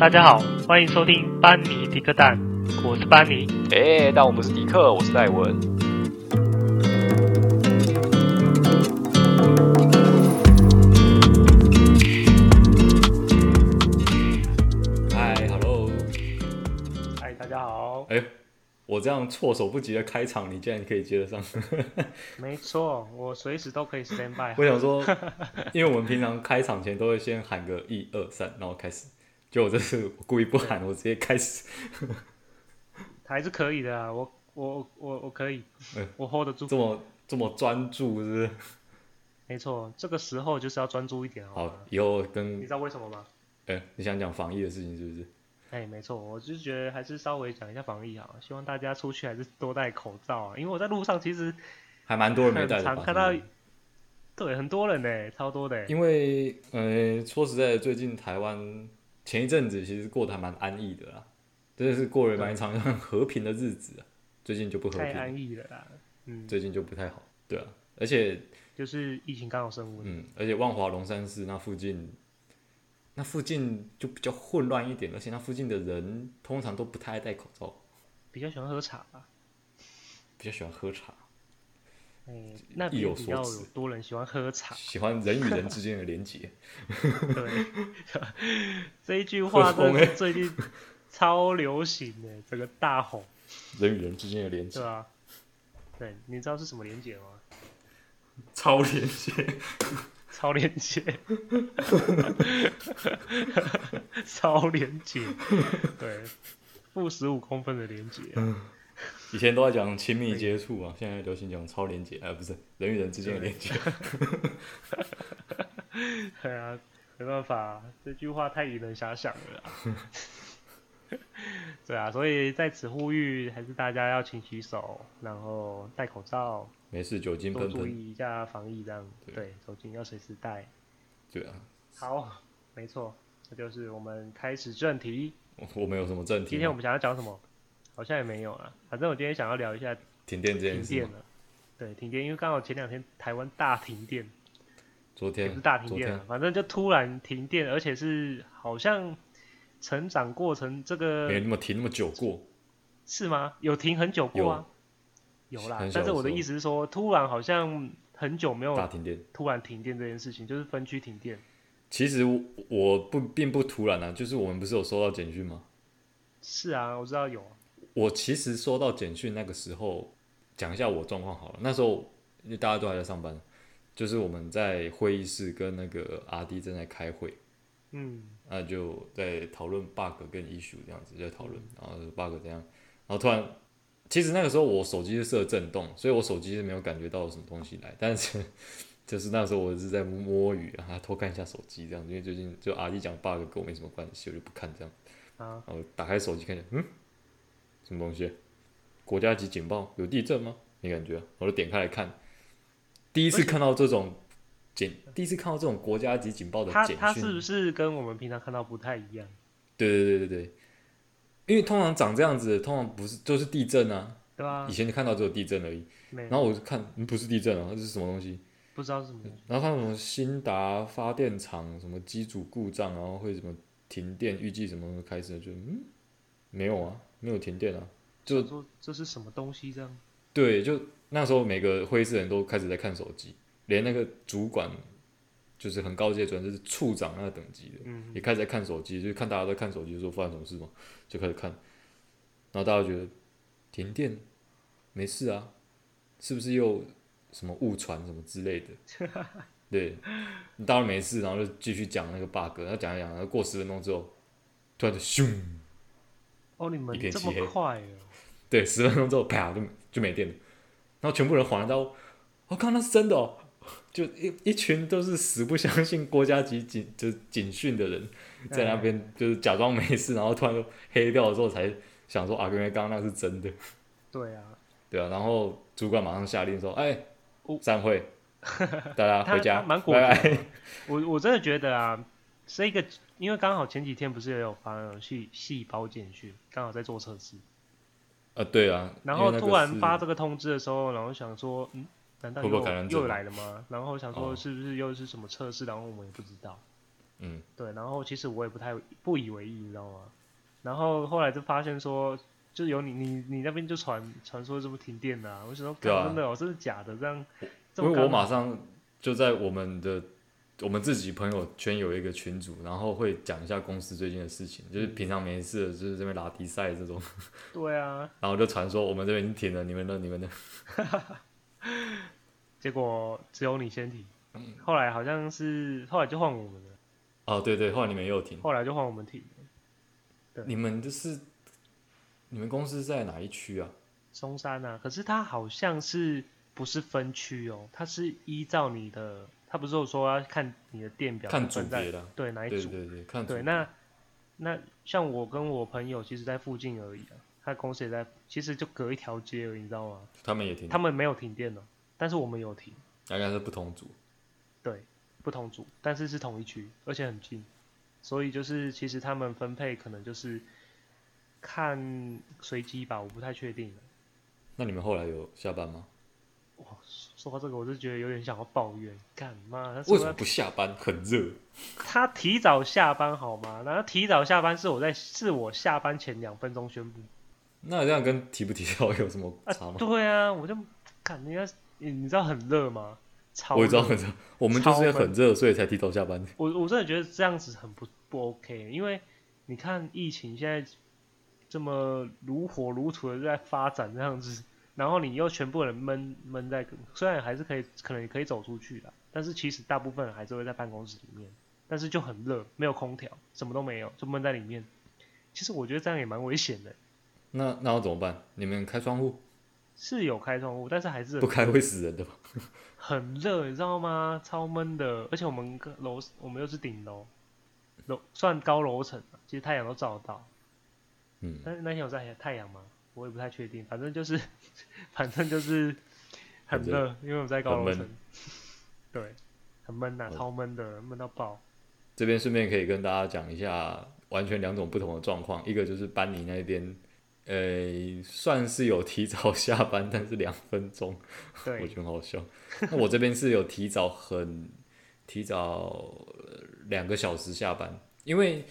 大家好，欢迎收听班尼迪克蛋，我是班尼。哎，但我不是迪克，我是戴文。嗨，Hello，嗨，大家好，哎呦，我这样措手不及的开场，你竟然可以接得上。没错，我随时都可以 stand by。 我想 说，因为我们平常开场前都会先喊个一二三，然后开始。就我这次我故意不喊，我直接开始。还是可以的啊，我我我我可以哎，我 hold 得住这。么这么专注，是不是？没错，这个时候就是要专注一点哦。好，以后你跟知道为什么吗？哎、你想讲防疫的事情是不是？哎，没错，我就是觉得还是稍微讲一下防疫啊，希望大家出去还是多戴口罩啊，因为我在路上其实还蛮多人没很带的吧常看到，对，很多人呢、超多的、欸。因为呃，说实在的，最近台湾前一阵子其实过得还蛮安逸的啦，真的是过了蛮一场 很和平的日子啊。最近就不和太平了，安逸了啦。嗯，最近就不太好，对啊。而且就是疫情刚好升温。嗯，而且万华龙山寺那附近，那附近就比较混乱一点，而且那附近的人通常都不太爱戴口罩，比较喜欢喝茶吧。比较喜欢喝茶，哎、那嗯意有边比所较指有多人喜欢喝茶。喜欢人与人之间的连 结。对，这一句话很红欸真的是最 近超流行的，整个大红，人与人之间的连对啊接，吧、对，你知道是什么连接吗？超连 接，超连 接，超连接，对，负十五公分的连啊接、嗯以前都在讲亲密接触啊，现在流行讲超连接，哎、不是人与人之间的连接。对啊，没办法，这句话太引人遐想了啦。 对啊，所以在此呼吁，还是大家要勤洗手，然后戴口罩， 没事，酒精多喷注喷，意一下防疫，这样对对，手巾要随时带。对啊。好，没错，这就是我们开始正题。我我们有什么正题今吗？天我们想要讲什么？好像也没有啊，反正我今天想要聊一下停电这件停事电吗。了。对，停电，因为刚好前两天台湾大停电，昨也天不是大停昨电啊天，反正就突然停电，而且是好像成长过程这没个有那么停那么久过，是吗？有停很久过啊？有啦很，小但的是我的时候意思是说，突然好像很久没大有停电。突然停电这件事情，就是分区停电其实我我不并不突然啊，就是我们不是有收到简讯吗？是啊，我知道有啊，我其实收到简讯那个时候，讲一下我状况好了。那时候因为大家都还在上班，就是我们在会议室跟那个阿迪正在开会，嗯，那就在讨论 bug 跟 issue 这样子就在讨论，然后 bug 这样，然后突然，其实那个时候我手机是设震动，所以我手机是没有感觉到有什么东西来，但是 就是那时候我是在摸鱼啊，偷看一下手机这样子，因为最近就阿迪讲 bug 跟我没什么关系，我就不看这样。啊，然后打开手机看一下，嗯，什么东西？啊国家级警报，有地震吗？没感觉啊、我就点开来看，第一次看到这种警，第一次看到这种国家级警报的它简它讯，是不是跟我们平常看到不太一样？对对对对对，因为通常长这样子，通常不是就是地震啊，对吧以？前就看到只有地震而已。没然后嗯我就看，嗯，不是地震啊，这是什么东西？不知道是什么东西，然后他什么新达发电厂什么机组故障，然后会什么停电，预计什么时候开始？就嗯，没有啊，没有停电啊，就我说这是什么东西这样？对，就那时候每个会议室的人都开始在看手机，连那个主管就是很高级的主管，就是处长那个等级的，嗯也开始在看手机，就是看大家都在看手机，就说发生什么事嘛，就开始看，然后大家觉得停电没事啊，是不是又什么误传什么之类的？ 对，当然没事，然后就继续讲那个 bug，然后讲一讲，然后过十分钟之后，突然就咻，哦，你们一片这漆么黑快哦，对，十分钟之后啪就就没电了，然后全部人恍然大悟，我、靠，那是真的哦！ 就一一群都是死不相信国家级警就是警讯的人， 在嗯那边就是假装没事，然后突然就黑掉了之后才想说啊，原来刚刚那是真的，对啊，对啊，然后主管马上下令说，哎哦，散会，大家他回家，他蛮果拜断拜。我我真的觉得啊，是一个，因为刚好前几天不是也有发细细胞简讯，刚好在做测试，呃，对啊，然因为后那个突然是发这个通知的时候，然后想说，嗯，难道会不会又感染者又来了吗？然后想说哦是不是又是什么测试，然后我们也不知道，嗯，对，然后其实我也不太不以为意，你知道吗？然后后来就发现说，就是有你你你那边就传传说这么停电的、啊，我想说，对啊干真的哦，真的假的？这样，这因么为我刚好马上就在我们的我们自己朋友圈有一个群组，然后会讲一下公司最近的事情，嗯就是平常没事的就是这边拉低赛这种，对啊，然后就传说我们这边已经停了，你们呢？你们呢？结果只有你先停，嗯后来好像是后来就换我们了，哦，对对，后来你们也有停，后来就换我们停了，你们就是你们公司在哪一区啊？松山啊，可是它好像是不是分区哦，它是依照你的，它不是有说要看你的电表看组分在别的啊，对哪一对组对对，看组对，那那像我跟我朋友，其实在附近而已啊，他公司也在，其实就隔一条街而已，你知道吗？他们也停，他们没有停电哦，但是我们有停，应该是不同组，对，不同组，但是是同一区，而且很近，所以就是其实他们分配可能就是看随机吧，我不太确定了。那你们后来有下班吗？说到这个，我就觉得有点想要抱怨，干嘛？他是为是什么不下班？很热，他提早下班好吗？然后提早下班是我在是我下班前两分钟宣布。那这样跟提不提到有什么 啊差吗？，对啊，我就看人家，你你知道很热吗？超我也知道热很热，我们就是因为很热，所以才提早下班。我我真的觉得这样子很不不 OK，因为你看疫情现在这么如火如荼的在发展这样子，然后你又全部人闷闷在，虽然还是可以可能可以走出去啦，但是其实大部分人还是会在办公室里面，但是就很热，没有空调，什么都没有，就闷在里面。其实我觉得这样也蛮危险的，那那要怎么办？你们开窗户，是有开窗户，但是还是很不开会死人的吧？很热，你知道吗？超闷的，而且我们跟楼，我们又是顶楼，楼算高楼层，啊其实太阳都照得到。嗯，但是那天有晒太阳吗？我也不太确定，反正就是， 反正就是很很热热，因为我们在高楼很层 闷。对，很闷呐、嗯超闷的，闷到爆。这边顺便可以跟大家讲一下，完全两种不同的状况。一个就是班尼那边，呃，算是有提早下班，但是两分钟，我对觉，得很好笑。那我这边是有提早很提早呃两个小时下班，因为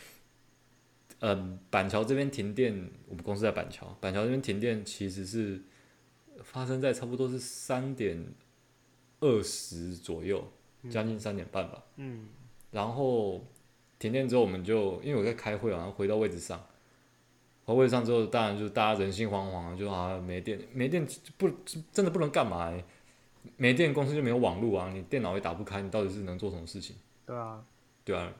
嗯，板桥这边停电，我们公司在板桥，板桥这边停电其实是发生在差不多是三点二十左右，将近三点半吧。嗯，然后停电之后，我们就因为我在开会啊，然后回到位置上，回到位置上之后，当然就是大家人心惶惶，就好像没电，没电不真的不能干嘛、欸，没电公司就没有网络啊，你电脑也打不开，你到底是能做什么事情？对啊，对啊，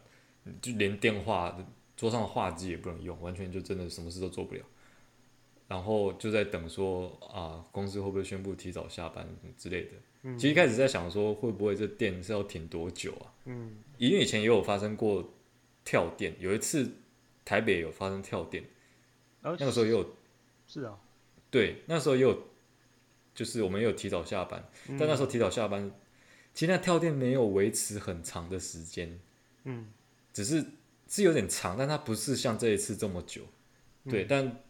你就连电话桌上的话机也不能用，完全就真的什么事都做不了。然后就在等说啊，公司会不会宣布提早下班之类的。嗯其实一开始在想说，会不会这电是要停多久啊？嗯，因为以前也有发生过跳电，有一次台北有发生跳电，然后那个时候也有是啊，对，那时候也有，就是我们也有提早下班，但那时候提早下班，其实那跳电没有维持很长的时间，嗯，只是是有点长，但它不是像这一次这么久，对，嗯但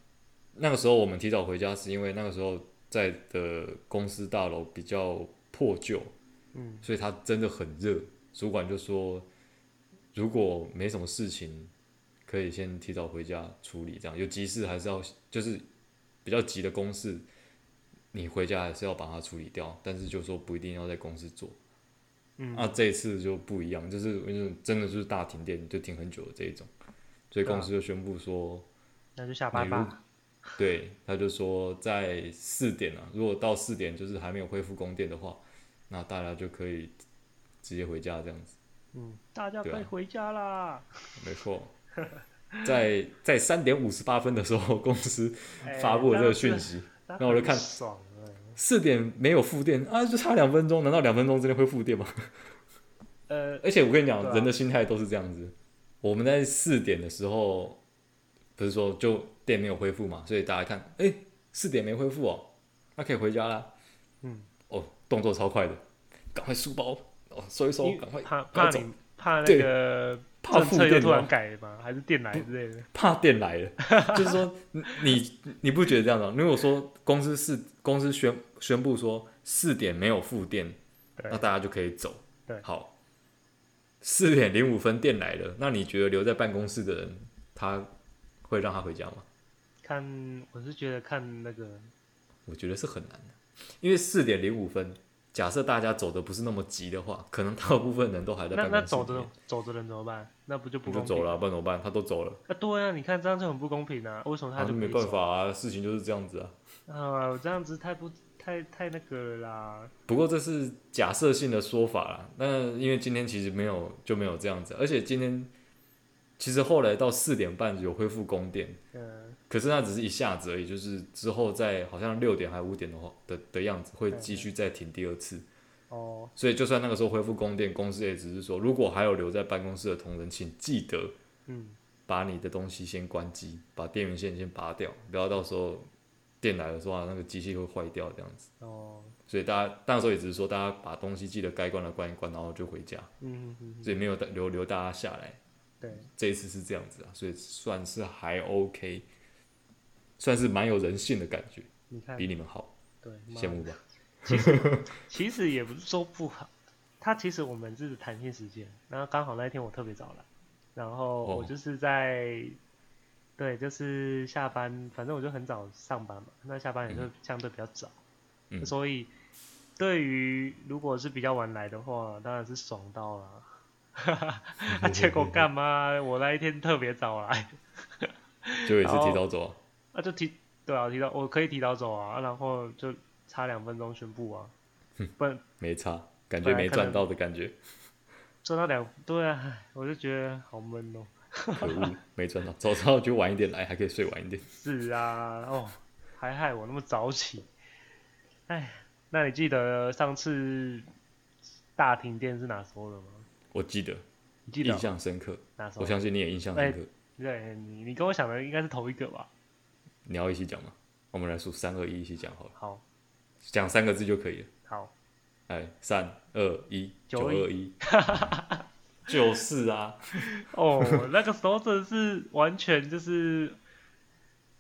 那个时候我们提早回家是因为那个时候在的公司大楼比较破旧，嗯所以它真的很热。主管就说，如果没什么事情，可以先提早回家处理，这样有急事还是要就是比较急的公事，你回家还是要把它处理掉，但是就说不一定要在公司做。嗯那、这一次就不一样，就是就是真的就是大停电，就停很久的这一种，所以对啊公司就宣布说，那就下班你如吧。对，他就说在四点啊，如果到四点就是还没有恢复供电的话，那大家就可以直接回家这样子。嗯，大家对啊可以回家 啦。没 错，在在三点五十八分的时候，公司哎发布了这个讯，息，那那我就看爽啊了。四点没有复电啊，就差两分钟，难道两分钟之内会复电吗？呃，而且我跟你讲，对啊人的心态都是这样子。我们在四点的时候，不是说就电没有恢复嘛，所以大家看，哎，四点没恢复哦，那可以回家啦。嗯，哦，动作超快的，赶快书包哦，收一收，因赶快怕赶怕快走你怕那对个怕政复策又电突哦然改了吗？还是电来之类的？怕电来了， 就是说你你不觉得这样的？如果说公司是公司宣宣布说四点没有复电，对那大家就可以走。对好，四点零五分电来了，那你觉得留在办公室的人，他会让他回家吗？看，我是觉得看那个，我觉得是很难的，因为四点零五分，假设大家走的不是那么急的话，可能大部分人都还在那办那公室走里的面。走的人怎么办？那不就不你就公走平？了啊、不然怎么办？他都走了，啊，对啊，你看这样就很不公平啊！为什么他、他就可没以办走？法啊，事情就是这样子啊。啊，这样子太不太太那个了啦。不过这是假设性的说法啦。那因为今天其实没有就没有这样子，而且今天其实后来到四点半有恢复供电，嗯，可是那只是一下子而已，就是之后在好像六点还五点的话的的样子会继续再停第二次。哦，所以就算那个时候恢复供电，公司也只是说，如果还有留在办公室的同仁，请记得嗯，把你的东西先关机，把电源线先拔掉，不要到时候电来的时候啊那个机器会坏掉这样子。哦，所以大家那时候也只是说，大家把东西记得该关的关一关，然后就回家，嗯嗯嗯，所以没有留留大家下来。对，这一次是这样子啊，所以算是还 OK，算是蛮有人性的感觉，你看，比你们好，对，妈羡慕吧？其实也不是说不好，他其实我们是弹性时间，然后刚好那一天我特别早来，然后我哦就是在，对，就是下班，反正我就很早上班嘛，那下班也就相对比较早，嗯所以对于如果是比较晚来的话，当然是爽到了。 啊，结果干嘛？我那一天特别早来，就也是提早走啊，啊，就提对啊，提早我可以提早走啊，啊然后就差两分钟宣布啊，不然没差，感本觉来没看赚了到的感觉，赚到两对啊， 唉我就觉得好闷哦。可恶，没赚到，早知道就晚一点来，还可以睡晚一点。是啊，哦，还害我那么早起。哎，那你记得上次大停电是哪时候了吗？我记得，你记得哎印哦象深刻，哪时候我？相信你也印象深刻。对，你你跟我想的应该是同一个吧？你要一起讲吗？我们来数三二一，一起讲好了，好，讲三个字就可以了。好，哎，三二一，九九二二一， 就是啊， 哦，那个时候真的是完全就是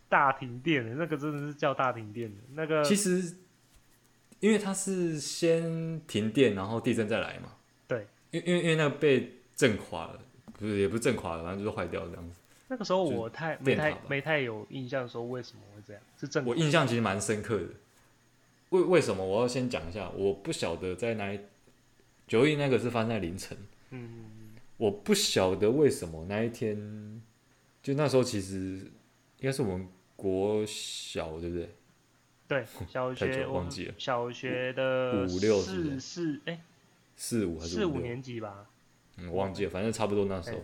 大停电的，那个真的是叫大停电的。那个其实因为它是先停电，然后地震再来嘛，对，因为因为因为那个被震垮了，不是也不是震垮了，反正就是坏掉这样子。那个时候就是我太没电太塔吧没太有印象说为什么会这样，是正我印象其实蛮深刻的，为为什么我要先讲一下？我不晓得在哪里，九二一那个是发生在凌晨，嗯我不晓得为什么那一天，就那时候其实应该是我们国小对不对？对， 小太久学了我忘记了小学的五五六是不四是四哎四五还是四五五六？年级吧，嗯，我忘记了，反正差不多那时候。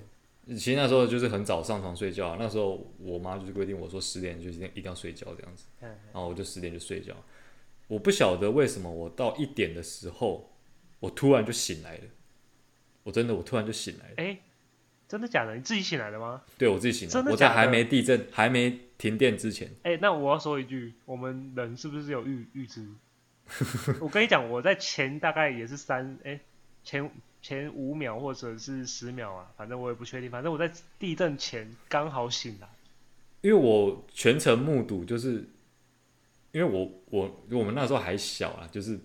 其实那时候就是很早上床睡觉、啊那时候我妈就是规定我说十点就一定一定要睡觉这样子，嗯然后我就十点就睡觉。我不晓得为什么我到一点的时候，我突然就醒来了。我真的我突然就醒来了，哎、真的假的？你自己醒来的吗？对我自己醒真来，的我在假的还没地震、还没停电之前，哎、那我要说一句，我们人是不是有预预 知？我跟你讲，我在前大概也是三哎、前前五秒或者是十秒啊，反正我也不确定，反正我在地震前刚好醒来。因为我全程目睹，就是因为我我我们那时候还小啊，就是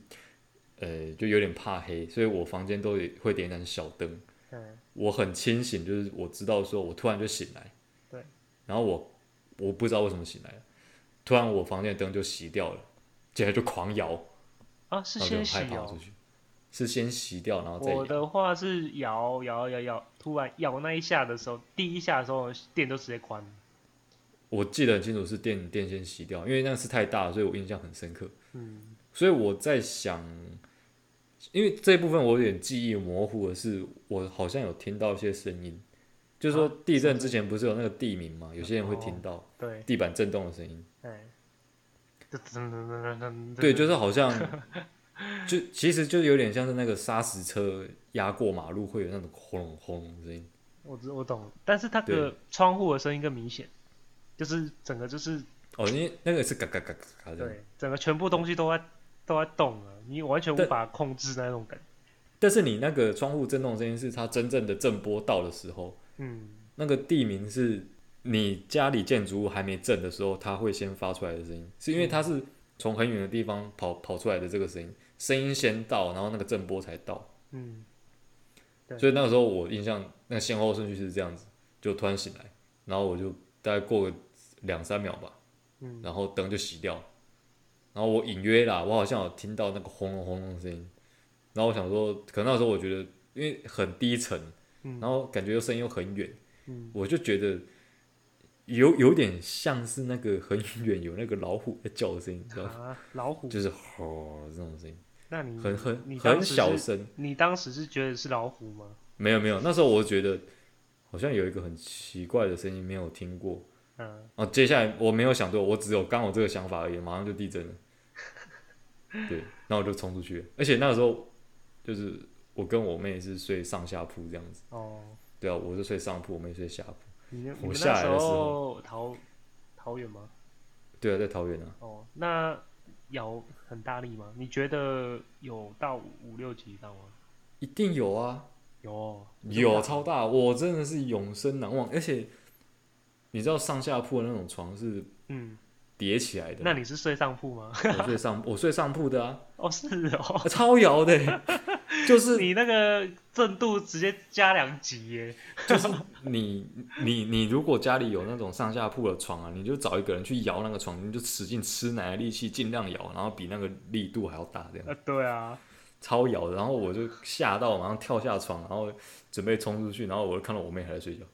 呃就有点怕黑，所以我房间都有会点一盏小灯。嗯，我很清醒，就是我知道说我突然就醒来，对，然后我我不知道为什么醒来了，突然我房间的灯就熄掉了，接下来就狂摇，啊，是然后就先醒很害怕出哦。去，是先熄掉然后再我摇，的话是摇摇摇摇，突然摇那一下的时候，第一下的时候电就直接关了。我记得很清楚是电电先熄掉，因为那次太大了，所以我印象很深刻，嗯，所以我在想，因为这一部分我有点记忆模糊的是，我好像有听到一些声音，就是说啊地什么震声之前不是有那个地名嘛，有些人会听到对，地板震动的声音。哎，就噔噔噔噔噔噔，对，就是好像，就其实就有点像是那个砂石车压过马路会有那种轰隆轰隆的声音。我知我懂，但是它的窗户的声音更明显，就是整个就是哦，因为那个是嘎嘎嘎嘎嘎的。对，整个全部东西都在都在动了，你完全无但法控制那种感觉。但是你那个窗户震动的声音是它真正的震波到的时候，嗯，那个地名是你家里建筑物还没震的时候，它会先发出来的声音，是因为它是从很远的地方跑跑出来的这个声音，声音先到，然后那个震波才到。嗯，对所以那个时候我印象，那个先后顺序是这样子，就突然醒来，然后我就大概过个两三秒吧，嗯然后灯就熄掉，然后我隐约啦，我好像有听到那个轰隆轰隆的声音，然后我想说，可能那时候我觉得因为很低沉，嗯然后感觉又声音又很远，嗯我就觉得有有点像是那个很远有那个老虎在叫的声音，你知道吗？啊，老虎，就是吼这种声音，那你很很你当很时小是声。你当时是觉得是老虎吗？没有没有，那时候我觉得好像有一个很奇怪的声音没有听过，嗯，然后接下来我没有想对，我只有刚好这个想法而已，马上就地震了。对，然后我就冲出去了，而且那个时候就是我跟我妹是睡上下铺这样子，哦，对啊，我是睡上铺，我妹睡下铺，你那你我们下那来时的时候桃桃园吗？对啊，在桃园啊，哦，那摇很大力吗？你觉得有到五五六级到吗？一定有啊，有哦，有超大，我真的是永生难忘，而且你知道上下铺的那种床是嗯，叠起来的，那你是睡上铺吗？ 我睡上我睡上铺的啊，哦，是哦，超摇的欸、就是你那个震度直接加两级耶。就是你你你如果家里有那种上下铺的床啊，你就找一个人去摇那个床，你就使劲吃奶的力气，尽量摇，然后比那个力度还要大，这样啊，对啊，超摇的。然后我就吓到，马上跳下床，然后准备冲出去，然后我就看到我妹还在睡觉，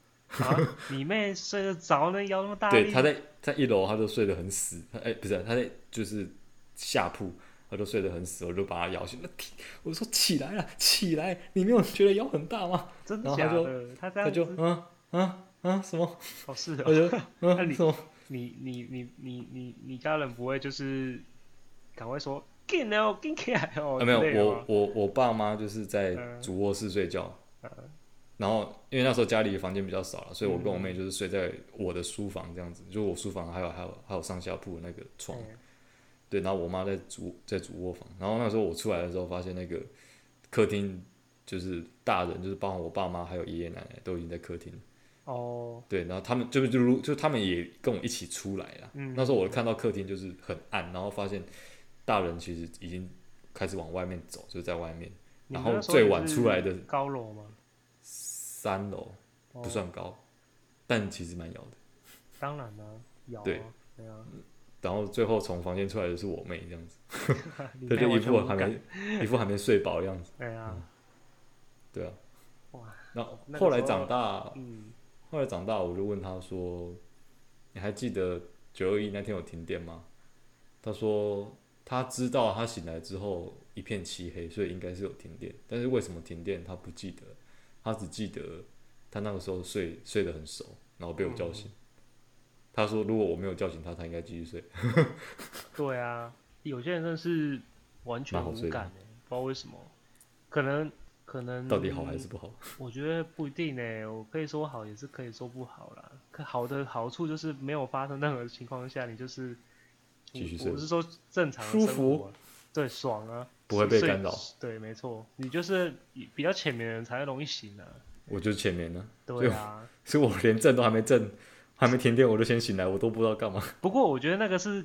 啊，你妹睡得着呢，摇那么大力，对，她在在一楼，她都睡得很死，她哎、不是，她在就是下铺。她都睡得很死，我就把她摇醒。那起，我就说起来了，起来！你没有觉得摇很大吗？真然的后她假就的？她这她样就子，嗯嗯嗯什么？哦，是我哦，就那你嗯什么？你你你你你你家人不会就是赶快说进哦，进起来哦，啊，没有，之类的我吗我我爸妈就是在嗯主卧室睡觉，然后因为那时候家里房间比较少了，所以我嗯跟我妹就是睡在我的书房这样子，就我书房还有还有还有上下铺的那个床，嗯对，然后我妈在主在主卧房，然后那时候我出来的时候发现那个客厅就是大人，就是包括我爸妈还有爷爷奶奶都已经在客厅了，哦，对，然后他们就就如就他们也跟我一起出来了，嗯那时候我看到客厅就是很暗，然后发现大人其实已经开始往外面走，就在外面。你们然后那时候也最晚是出来的高楼吗？三楼哦不，算高，但其实蛮摇的。当然啦，有啊对，对啊，然后最后从房间出来的是我妹，这样子，你她妹就一完全副无还感，没一副还没睡饱的样子，对啊，对啊。 哇，然后那个后来时候长大，嗯，后来长大，我就问她说：“你还记得九二一那天有停电吗？”她说：“她知道她醒来之后一片漆黑，所以应该是有停电，但是为什么停电她不记得，她只记得她那个时候睡睡得很熟，然后被我叫醒。她说：“如果我没有叫醒她，她应该继续睡。”对啊，有些人真的是完全蛮好无睡的感欸，不知道为什么，可能可能到底好还是不好？我觉得不一定呢、欸我可以说好，也是可以说不好啦。可好的好处就是没有发生任何情况下，你就是继续我睡我是说正常的舒生服活啊，对，爽啊，不会被睡干扰。对，没错，你就是比较浅眠的人才会容易醒啊。我就是前面呢，对啊，所以我连震都还没震，还没停电我就先醒来，我都不知道干嘛。不过我觉得那个是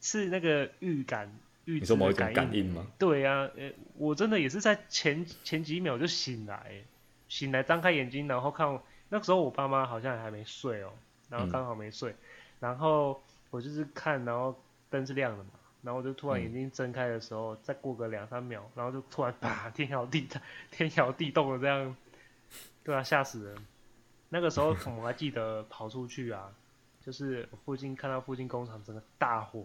是那个预感预你知说某的一种感感应吗？对呀、呃，我真的也是在前前几秒就醒来，醒来张开眼睛，然后看我那时候我爸妈好像还没睡哦，然后嗯刚好没睡，然后我就是看，然后灯是亮的嘛，然后我就突然眼睛睁开的时候，再过个两三秒，然后就突然啪天摇地动， 天摇地动的这样，对啊，吓死人。那个时候我还记得跑出去啊，就是附近看到附近工厂整个大火，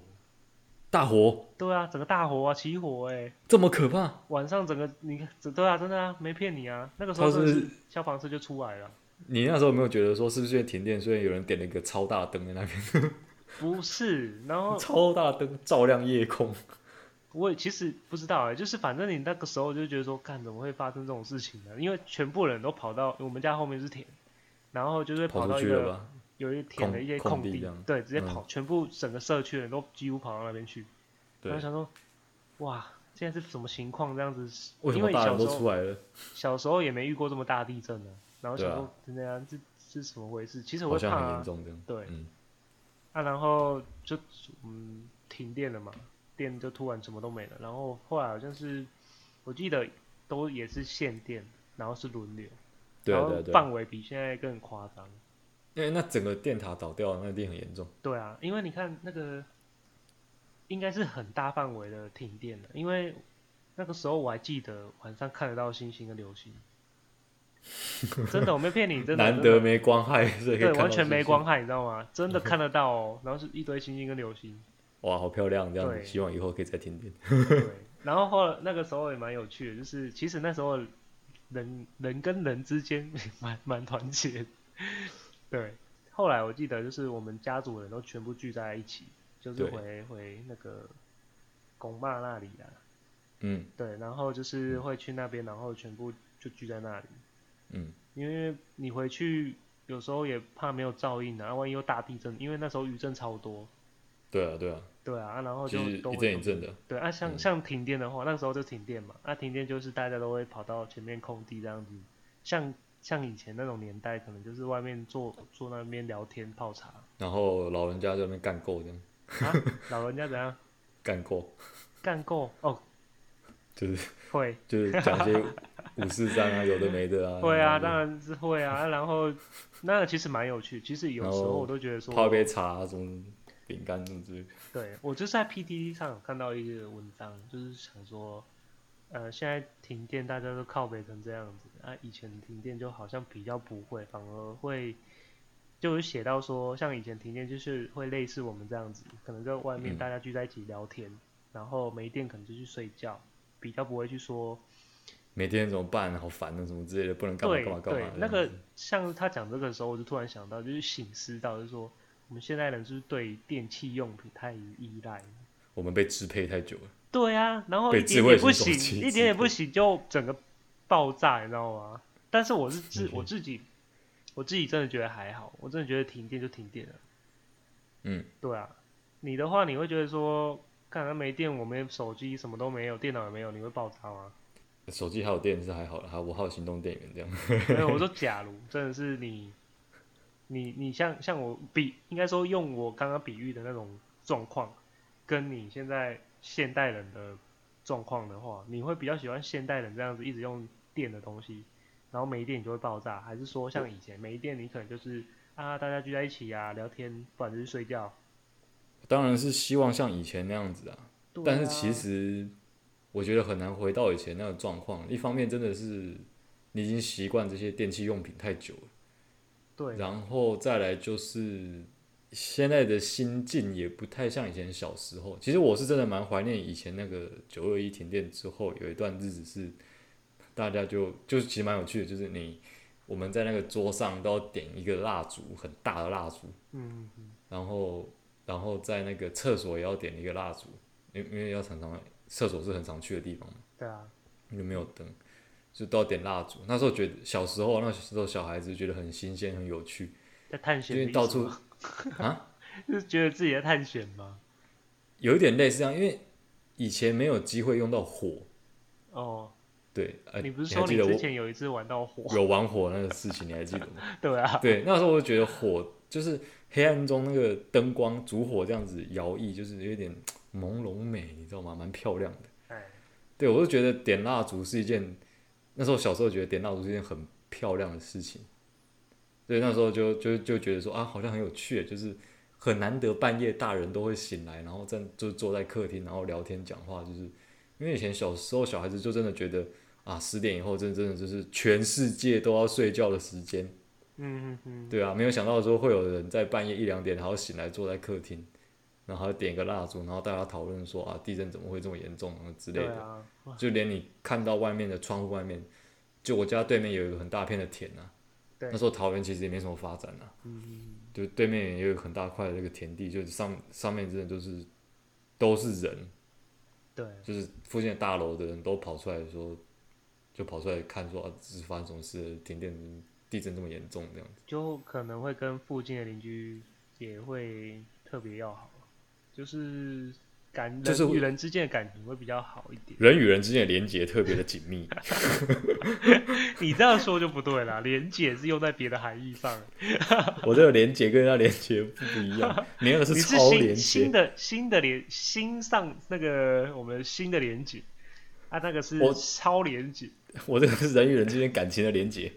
大火对啊，整个大火啊，起火哎、这么可怕，晚上整个你整对啊，真的啊，没骗你啊，那个时候他真的是是消防车就出来了，你那时候有没有觉得说是不是因为停电，所以有人点了一个超大灯在那边，不是，然后超大灯照亮夜空？我也其实不知道哎、就是反正你那个时候就觉得说，看怎么会发生这种事情呢？因为全部人都跑到我们家后面是田，然后就是跑跑出到一去了个吧？有一个田的一些空空空地这样对，直接嗯跑，全部整个社区的人都几乎跑到那边去，然对后，想说，哇，现在是什么情况这样子？为什因么为大人小时都候出来了？小时候也没遇过这么大地震呢、然后想对说啊真的啊，这这是怎么回事？其实好我会怕像很啊严，重这样。对嗯，啊，然后就嗯停电了嘛，电就突然什么都没了。然后后来好像是我记得都也是限电，然后是轮流，对然啊后对啊对啊，范围比现在更夸张。因为那整个电塔倒掉，那一定很严重。对啊，因为你看那个应该是很大范围的停电的，因为那个时候我还记得晚上看得到星星跟流星，真的我没骗你，真的 难真得的没光害，所以可对以看到完全没星星光害，你知道吗？真的看得到哦，然后是一堆星星跟流星，哇，好漂亮！这样子，对希望以后可以再停电。对。然后后来那个时候也蛮有趣的，就是其实那时候人人跟人之间 蛮蛮团结的，对。后来我记得就是我们家族人都全部聚在一起，就是对回回那个公妈那里啦，嗯对，然后就是会去那边，然后全部就聚在那里，嗯，因为你回去有时候也怕没有照应啊，万一又大地震，因为那时候余震超多，对啊对啊，对啊，啊然后其就实都一会阵有一阵的，对啊，像嗯像停电的话，那时候就停电嘛，啊，停电就是大家都会跑到前面空地这样子，像像以前那种年代，可能就是外面坐坐那边聊天泡茶然后老人家在那边干够这样，啊，老人家怎样干够干够哦， 就是 会就是讲 一些五四三啊，有的没的啊。会啊，然当后然是会啊，然后那其实蛮有趣，其实有时然候后我都觉得泡一说，杯茶啊，什么饼干什么之类的。对我就是在 PTT 上有看到一个文章，就是想说。呃，现在停电大家都靠北成这样子，啊，以前停电就好像比较不会，反而会就有写到说，像以前停电就是会类似我们这样子，可能在外面嗯大家聚在一起聊天，然后没电可能就去睡觉，比较不会去说每天怎么办？好烦啊，什么之类的，不能干嘛对干嘛干嘛对这样，子。那个像他讲这个的时候，我就突然想到，就是醒思到，就是说我们现代人是不是对电器用品太依赖了？我们被支配太久了，对啊，然后被一智点慧点不型手行，机一支点配点不行就整个爆炸，你知道吗？但是我是嗯自我自己，我自己真的觉得还好，我真的觉得停电就停电了。嗯，对啊，你的话你会觉得说，看他没电，我没手机，什么都没有，电脑也没有，你会爆炸吗？手机还有电是还好啦，还有我还有行动电源这样。 没有，我说假如真的是你，你你像像我比，应该说用我刚刚比喻的那种状况，跟你现在现代人的状况的话，你会比较喜欢现代人这样子一直用电的东西，然后没电你就会爆炸，还是说像以前没电你可能就是啊大家聚在一起啊聊天，不然就是睡觉。当然是希望像以前那样子啊，对但是啊其实我觉得很难回到以前那个状况。一方面真的是你已经习惯这些电器用品太久了，对然后再来就是现在的心境也不太像以前小时候。其实我是真的蛮怀念以前那个九二一停电之后有一段日子是大家就就是其实蛮有趣的，就是你我们在那个桌上都要点一个蜡烛，很大的蜡烛，嗯嗯然后然后在那个厕所也要点一个蜡烛，因为因为要常常厕所是很常去的地方嘛，对啊又没有灯，就都要点蜡烛。那时候觉得小时候那时候小孩子觉得很新鲜很有趣，在探因险的意为思吗，到处啊就是觉得自己在探险吗？有一点类似这样，因为以前没有机会用到火，哦，对，呃，你不是还说记你得之我前有一次玩到火？有玩火那个事情，你还记得吗？ 对啊，对，那时候我就觉得火就是黑暗中那个灯光烛火这样子摇曳，就是有一点朦胧美，你知道吗？蛮漂亮的。哎。对，我就觉得点蜡烛是一件，那时候小时候觉得点蜡烛是一件很漂亮的事情。对，那时候就就就觉得说啊，好像很有趣，就是很难得半夜大人都会醒来，然后站就坐在客厅，然后聊天讲话，就是因为以前小时候小孩子就真的觉得啊，十点以后真的真的就是全世界都要睡觉的时间。嗯嗯嗯，对啊，没有想到说会有人在半夜一两点然后醒来坐在客厅，然后点个蜡烛，然后大家讨论说啊，地震怎么会这么严重啊之类对的。啊，哇就连你看到外面的窗户外面，就我家对面有一个很大片的田啊，对那时候桃园其实也没什么发展啊，嗯，就对面也有很大块的那个田地，就是上上面真的就是都是人，对，就是附近的大楼的人都跑出来说，就跑出来看说啊，这是发生什么事了，停电地震这么严重这样子，就可能会跟附近的邻居也会特别要好，就是感人就是与人之间的感情会比较好一点。 人与人之间的连接特别的紧密，你这样说就不对啦，连姐是用在别的含义 上， 我这个连接跟人家连接不一样，你那个你是超新连新接，的新的连新上那个我们新的连姐，啊，那个是我超连结，我这个是人与人之间感情的连接，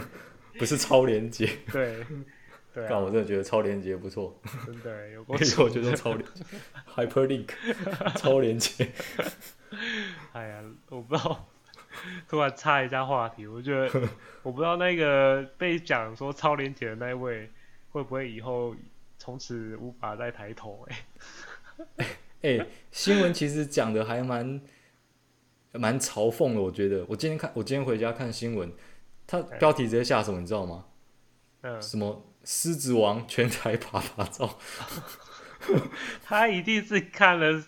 不是超连接。 对，对但啊，我真的觉得超连接不错，真的有够而 且我觉得 超连 hyperlink 超连接，哎呀，我不知道， 突然插一下话题，我觉得我不知道那个被讲说超连结的那一位会不会以后从此无法再抬头、欸？哎，哎、新闻其实讲的还蛮蛮嘲讽的，我觉得。我今天看，我今天回家看新闻，它标题直接下什么，你知道吗？嗯，什么狮子王全台爬爬照，他一定是看了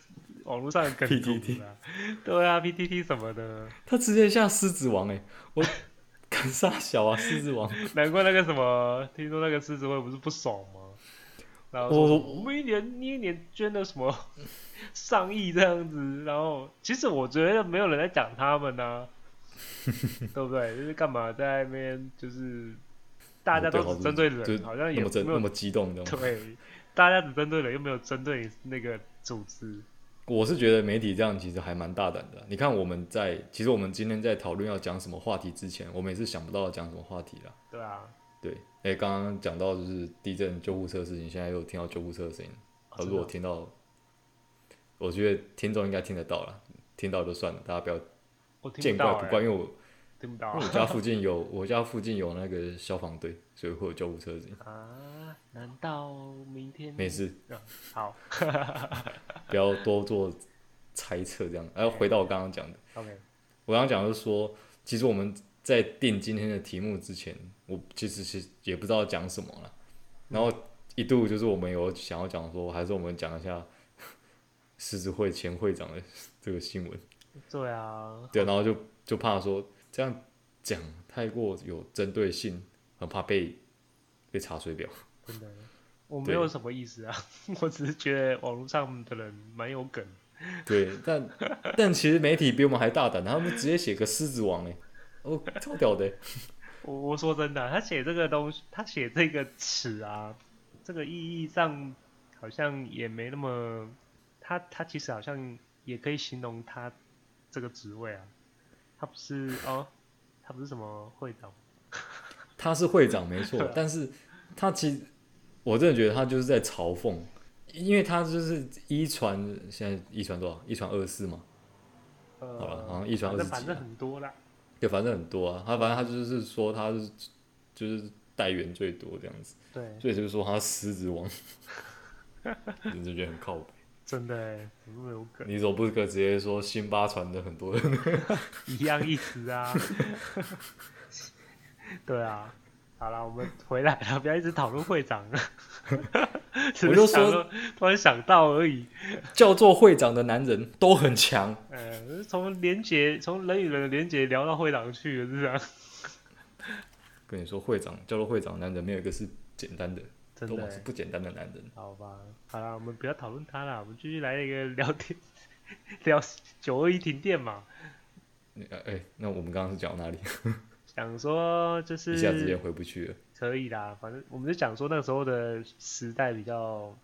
网络上的梗图 PTT 啦，对啊，PTT 什么的，他直接下狮子王、哎，我 敢傻小啊，狮子王。难怪那个什么，听说那个狮子会不是不爽吗？然后说我什么我们一年一年捐了什么 上亿这样子，然后其实我觉得没有人在讲他们 呐、对不对？就是干嘛在那边就是大家都哦对只针对就人，是好像也那么真没那有么激动，你知道吗？对，大家只针对人又没有针对那个组织，我是觉得媒体这样其实还蛮大胆的啊。你看我们在，其实我们今天在讨论要讲什么话题之前，我们也是想不到要讲什么话题啦。对啊，对，哎、刚刚讲到就是地震救护车的事情，现在又听到救护车的声音。哦啊，真如的果听到，我觉得听众应该听得到啦，听到就算了，大家不要我听见不怪到、不怪，欸，因为我听不到哎因为我家附近有 我家附近有那个消防队，所以会有救护车的声音。啊？难道明天没事，好不要多做猜测这样。然后回到我刚刚讲的。 ？OK，我刚刚讲就是说，其实我们在定今天的题目之前，我其实是也不知道讲什么了。然后一度就是我们有想要讲说，还是我们讲一下 狮子会前会长的这个新闻，对啊，对，然后就就怕说这样讲太过有针对性，很怕被被查水表。真的，我没对有什么意思啊， 我只是觉得网络上的人蛮有梗，对，但但其实媒体比我们还大胆，他们直接写个狮子王哎、哦，超屌的欸、我我说真的啊，他写这个东西，他写这个词啊，这个意义上好像也没那么，他他其实好像也可以形容他这个职位啊，他不是哦，他不是什么会长，他是会长没对错 啊，但是他其实我真的觉得他就是在嘲讽，因为他就是一传现在一传多少？一传二四嘛，呃，好了好像一传反正二十反几正啊很多啦，对，反正很多啊。他反正他就是说他是就是代言最多这样子，对，所以就是说他狮子王，你就觉得很靠谱。真的欸怎么那么有梗，你怎么不可直接说辛巴传的很多人？一样意思啊。 对啊，好了，我们回来了，不要一直讨论会长 了。只是我就想说说，突然想到而已。叫做会长的男人都很强，呃，从连结，从人与人的连结聊到会长去了，是啊，跟你说会长叫做会长的男人没有一个是简单的，真都的往是欸。不简单的男人。好吧，好了，我们不要讨论他了，我们继续来一个聊天， 聊九二一停电嘛。哎、哎那我们刚刚是讲到哪里？想说就是一下子也回不去了。可以啦，反正我们就讲说那个时候的时代比较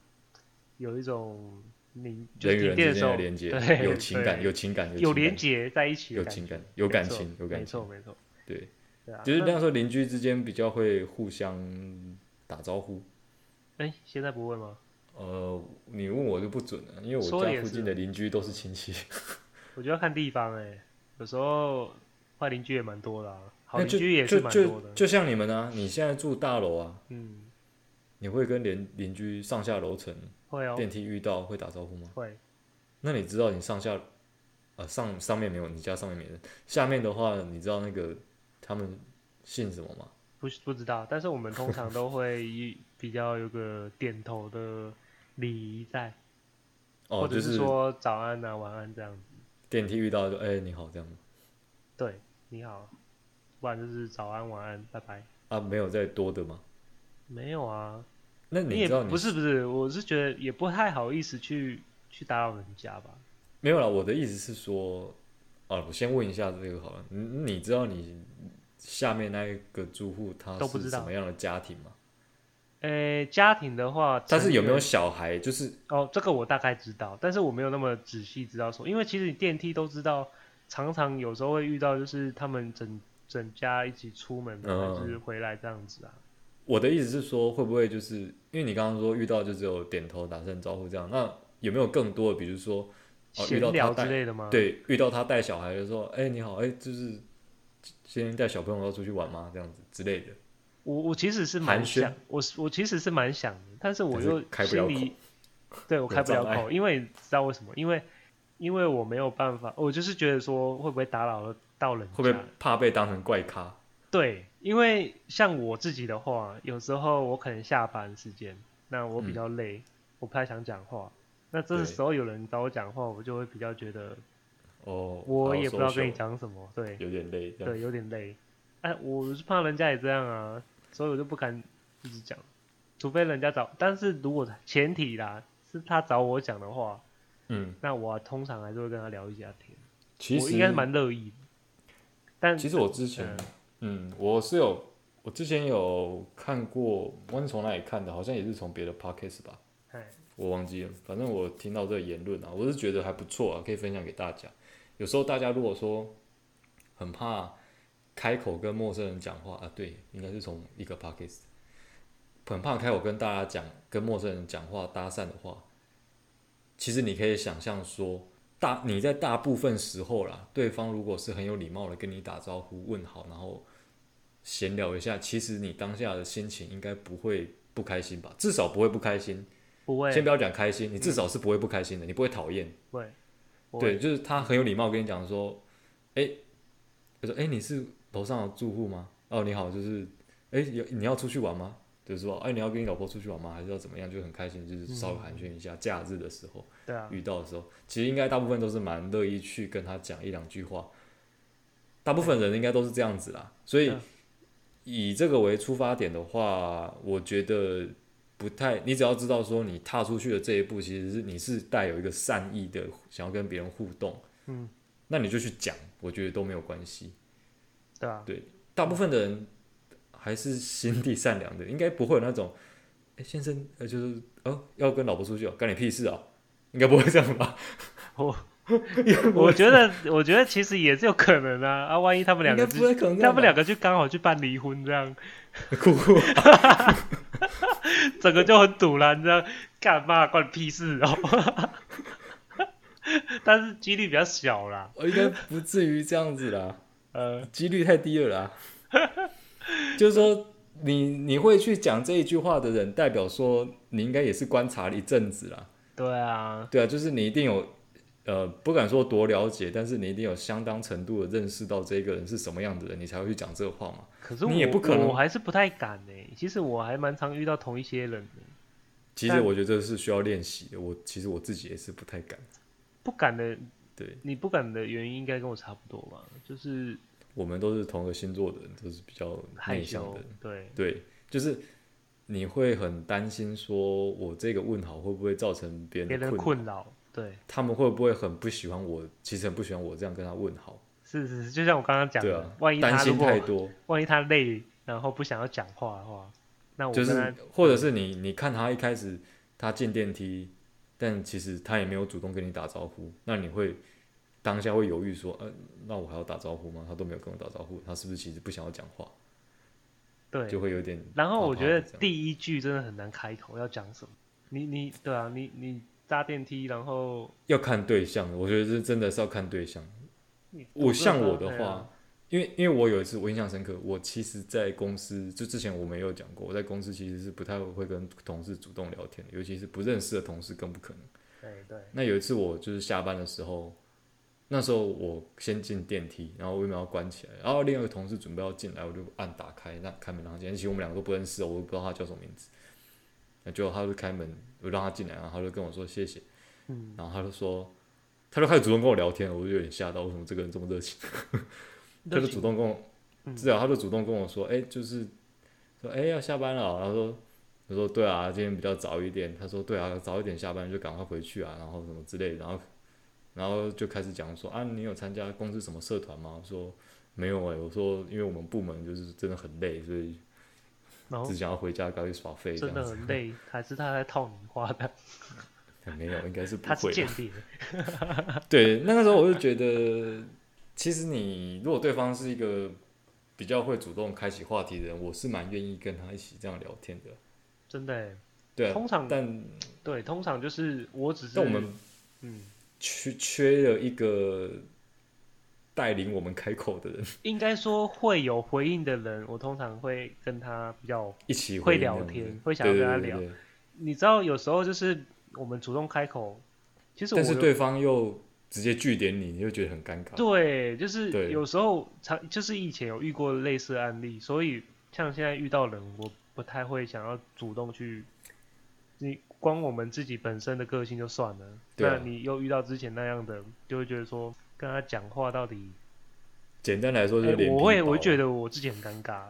有一种你就人与停人电的之时间候的连接，对有情感，对有情感，有情连感，结在一起的有感觉，情感，有感没错情，有感没错情。没错，对，对啊。就是那那时候邻居之间比较会互相打招呼。哎，现在不会吗？呃，你问我就不准了，因为我嗯说得也家附近的邻居都是亲戚。我觉得要看地方哎、有时候坏邻居也蛮多的、啊，好 那邻就居也是就蛮多就的。就像你们啊，你现在住大楼啊，嗯，你会跟邻邻居上下楼层会哦，电梯遇到会打招呼吗？会，那你知道你上下，呃，上上面没有，你家上面没人，下面的话，你知道那个他们姓什么吗？不不知道，但是我们通常都会一比较有个点头的礼仪在， 哦，或者就是说早安啊、晚安这样子。电梯遇到就哎、你好这样对，你好，不然就是早安、晚安、拜拜。啊，没有再多的吗？没有啊，那你你也知道你不是不是，我是觉得也不太好意思去去打扰人家吧。没有啦，我的意思是说，啊，我先问一下这个好了，你你知道你下面那一个住户他都不知是道什么样的家庭吗？呃，家庭的话，但是有没有成小孩？就是员哦？这个我大概知道，但是我没有那么仔细知道说，因为其实你电梯都知道常常有时候会遇到，就是他们整整家一起出门嗯还是回来这样子啊。我的意思是说，会不会就是因为你刚刚说遇到就只有点头打声招呼这样，那有没有更多的，比如说哦遇闲到他聊之带类的吗？，对遇到他带小孩的时候，哎、你好，哎、就是今天带小朋友要出去玩吗？这样子之类的，我我其实是蛮寒暄想，我是我其实是蛮想的，但是我但是又开不了心口里，对我开不了障碍口，因为你知道为什么？因为因为我没有办法，我就是觉得说会不会打扰到人家？会不会怕被当成怪咖？对，因为像我自己的话，有时候我可能下班时间，那我比嗯较累，我不太想讲话。那这对时候有人找我讲话，我就会比较觉得哦，我也不知道跟你讲，讲什么，对有点累，这样对，有点累。哎、我是怕人家也这样啊，所以我就不敢一直讲，除非人家找。但是如果前提啦是他找我讲的话，嗯，那我、啊通常还是会跟他聊一下天，其我实应该是蛮乐意的。但呃其实我之前，嗯，我是有，我之前有看过，我是从哪里看的？好像也是从别的 podcast 吧，哎，我忘记了。反正我听到这个言论啊，我是觉得还不错啊，可以分享给大家。有时候大家如果说很怕开口跟陌生人讲话啊，对，应该是从一个 podcast，很怕开口跟大家讲跟陌生人讲话搭讪的话，其实你可以想象说，大你在大部分时候啦，对方如果是很有礼貌的跟你打招呼问好，然后闲聊一下，其实你当下的心情应该不会不开心吧？至少不会不开心。不会先不要讲开心，你至少是不会不开心的，你不会讨厌。不会，不会对，就是他很有礼貌跟你讲说，哎、他说哎、你是楼上的住户吗？哦，你好，就是哎、有你要出去玩吗？就是说哎、你要跟你老婆出去玩吗？还是要怎么样？就很开心，就是稍微寒暄一下。嗯假日的时候对啊，遇到的时候，其实应该大部分都是蛮乐意去跟他讲一两句话，大部分人应该都是这样子啦。所以嗯以这个为出发点的话，我觉得不太，你只要知道说你踏出去的这一步，其实是你是带有一个善意的，想要跟别人互动，嗯，那你就去讲，我觉得都没有关系。对啊，大部分的人还是心地善 良的，应该不会有那种，哎、先生，呃，就是哦，要跟老婆出去哦，干你屁事哦，应该不会这样吧？我应该不我会觉得，我觉得其实也是有可能啊。啊，万一他们两应该个不去，会可能这他样吧，们两个去刚好去办离婚，这样哭哭，整个就很堵然，这样干嘛关你屁事哦。 但是几率比较小啦，哦我应该不至于这样子啦。呃，几率太低了啦。就是说，你你会去讲这一句话的人，代表说你应该也是观察了一阵子啦。对啊，对啊，就是你一定有，呃，不敢说多了解，但是你一定有相当程度的认识到这个人是什么样的人，你才会去讲这个话嘛。可是我你也不可能我还是不太敢呢、其实我还蛮常遇到同一些人的，其实我觉得这是需要练习的，我其实我自己也是不太敢。不敢的，对你不敢的原因应该跟我差不多吧，就是我们都是同一个星座的人，都是比较害内向的羞人。，对，对，就是你会很担心，说我这个问好会不会造成别别人的人困困扰，对，他们会不会很不喜欢我？其实很不喜欢我这样跟他问好，是是是，就像我刚刚讲对的，啊，万一担他如心果太多，万一他累，然后不想要讲话的话，那我就跟他是或者是你你看他一开始他进电梯，但其实他也没有主动跟你打招呼，那你会当下会犹豫说，呃，那我还要打招呼吗？他都没有跟我打招呼，他是不是其实不想要讲话？就对。会有点哦怕怕的这样。然后我觉得第一句真的很难开口，要讲什么？你你对啊，你你搭电梯，然后要看对象，我觉得这真的是要看对象。我像我哎的话，，因为因为我有一次我印象深刻，我其实，在公司就之前我们也有讲过，我在公司其实是不太会跟同事主动聊天的，尤其是不认识的同事更不可能。对啊对那有一次我就是下班的时候，那时候我先进电梯，然后我也没有要关起来，然后另外一个同事准备要进来，我就按打开让开门让他进来，其实我们两个都不认识哦，我都不知道他叫什么名字。那结果他就开门，我让他进来，然后他就跟我说谢谢，嗯，然后他就说，他就开始主动跟我聊天了，我就有点吓到，为什么这个人这么热情？他对，就主动跟我，嗯至少他就主动跟我说，哎、就是说，哎、要下班了哦，然后说，我说对啊，今天比较早一点，他说对啊，早一点下班就赶快回去啊，然后什么之类的，然后然后就开始讲说啊，你有参加公司什么社团吗？我说没有哎、我说因为我们部门就是真的很累，所以然后只想要回家赶快耍废这哦真样的子很。累， 还是他在套你话的， 没有，应该是不他是会间的。谍，对，那个时候我就觉得其实你如果对方是一个比较会主动开启话题的人，我是蛮愿意跟他一起这样聊天的。真的欸。对啊，通常但对，通常就是我只是但我们嗯，缺缺了一个带领我们开口的人，应该说会有回应的人，我通常会跟他比较一起会回应聊这样子天会想要跟他聊对对对对对你知道，有时候就是我们主动开口，其实我但是有对方又直接据点你，你就觉得很尴尬。对，就是对有时候常就是以前有遇过类似的案例，所以像现在遇到人，我不太会想要主动去。你光我们自己本身的个性就算了，对啊那你又遇到之前那样的，就会觉得说跟他讲话到底，简单来说就是哎脸皮薄啊、我会我会觉得我自己很尴尬，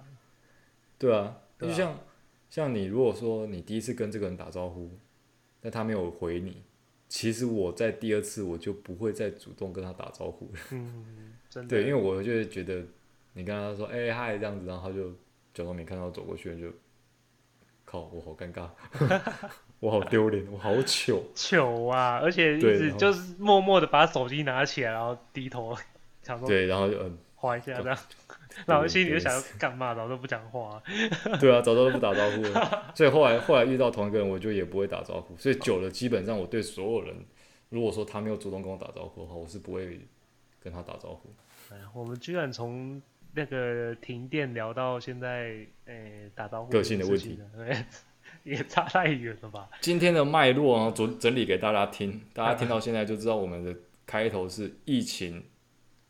对啊，对啊就像、像你如果说你第一次跟这个人打招呼，但他没有回你，其实我在第二次我就不会再主动跟他打招呼了。嗯，真的，对，因为我就会觉得你跟他说哎、嗨这样子，然后他就假装没看到走过去，就靠我好尴尬， 我好丢脸，我好 糗。糗啊，而且一对直然后就是默默的把手机拿起来，然后低头， 想说对，然后就嗯，滑一下这样，对 然后心里就想对要干嘛，然后都不讲话。对啊，早知道都不打招呼了。所以后来后来遇到同一个人，我就也不会打招呼。所以久了，基本上我对所有人，如果说他没有主动跟我打招呼的话，我是不会跟他打招呼。哎呀，我们居然从那个停电聊到现在，诶，打招呼个性的事情了，哎也差太远了吧？今天的脉络啊，整整理给大家听，大家听到现在就知道我们的开头是疫情、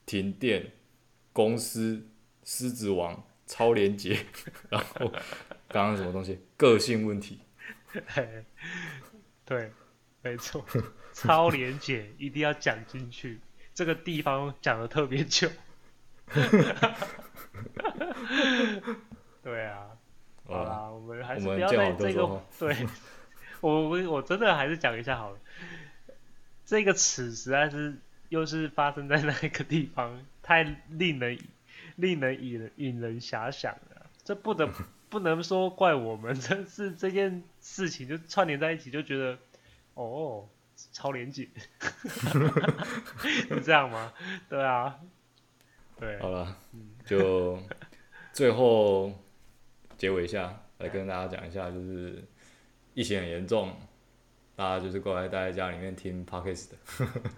停电、公司、狮子王、超连结， 然后刚刚什么东西个性问题。哎对，没错，超连姐一定要讲进去，这个地方讲的特别 久。 对啊，好好啦，啦，我们还是我们不要见在好就这收个哈 对，我我我真的还是讲一下好了。这个词实在是又是发生在那个地方，太令人 令人引人引人遐想了。这不 得不能说怪我们，这是这件事情就串联在一起，就觉得哦，超连 结， 是这样吗？对啊，对，好了，嗯就最后结尾一下，来跟大家讲一下，就是疫情很严重，大家就是乖乖待在家里面听 podcast 的，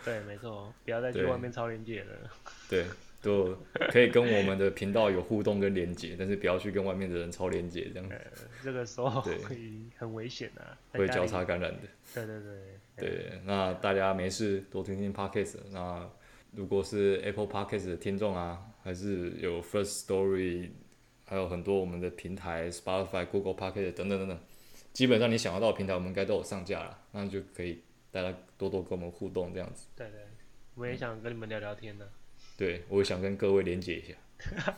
对，没错，不要再去对外面超连结了。对，就可以跟我们的频道有互动跟连接，但是不要去跟外面的人超连接，这样呃，这个时候对会很危险啊，在会家交里。叉感染的。对对哎对，对，那大家没事多听听 podcast。那如果是 Apple podcast 的听众啊，还是有 First Story，还有很多我们的平台 Spotify、Google podcast 等等等等，基本上你想得到的平台，我们应该都有上架了。那就可以大家多多跟我们互动这样子。对对，我嗯也想跟你们聊聊天呢、对，我也想跟各位连接一下，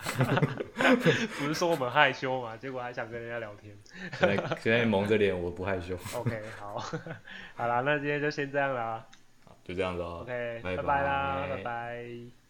不是说我们害羞嘛，结果还想跟人家聊天。现在 现在蒙着脸，我不害羞。 OK，好， 好啦，那今天就先这样啦。好就这样子啊。 OK，拜拜啦，拜拜拜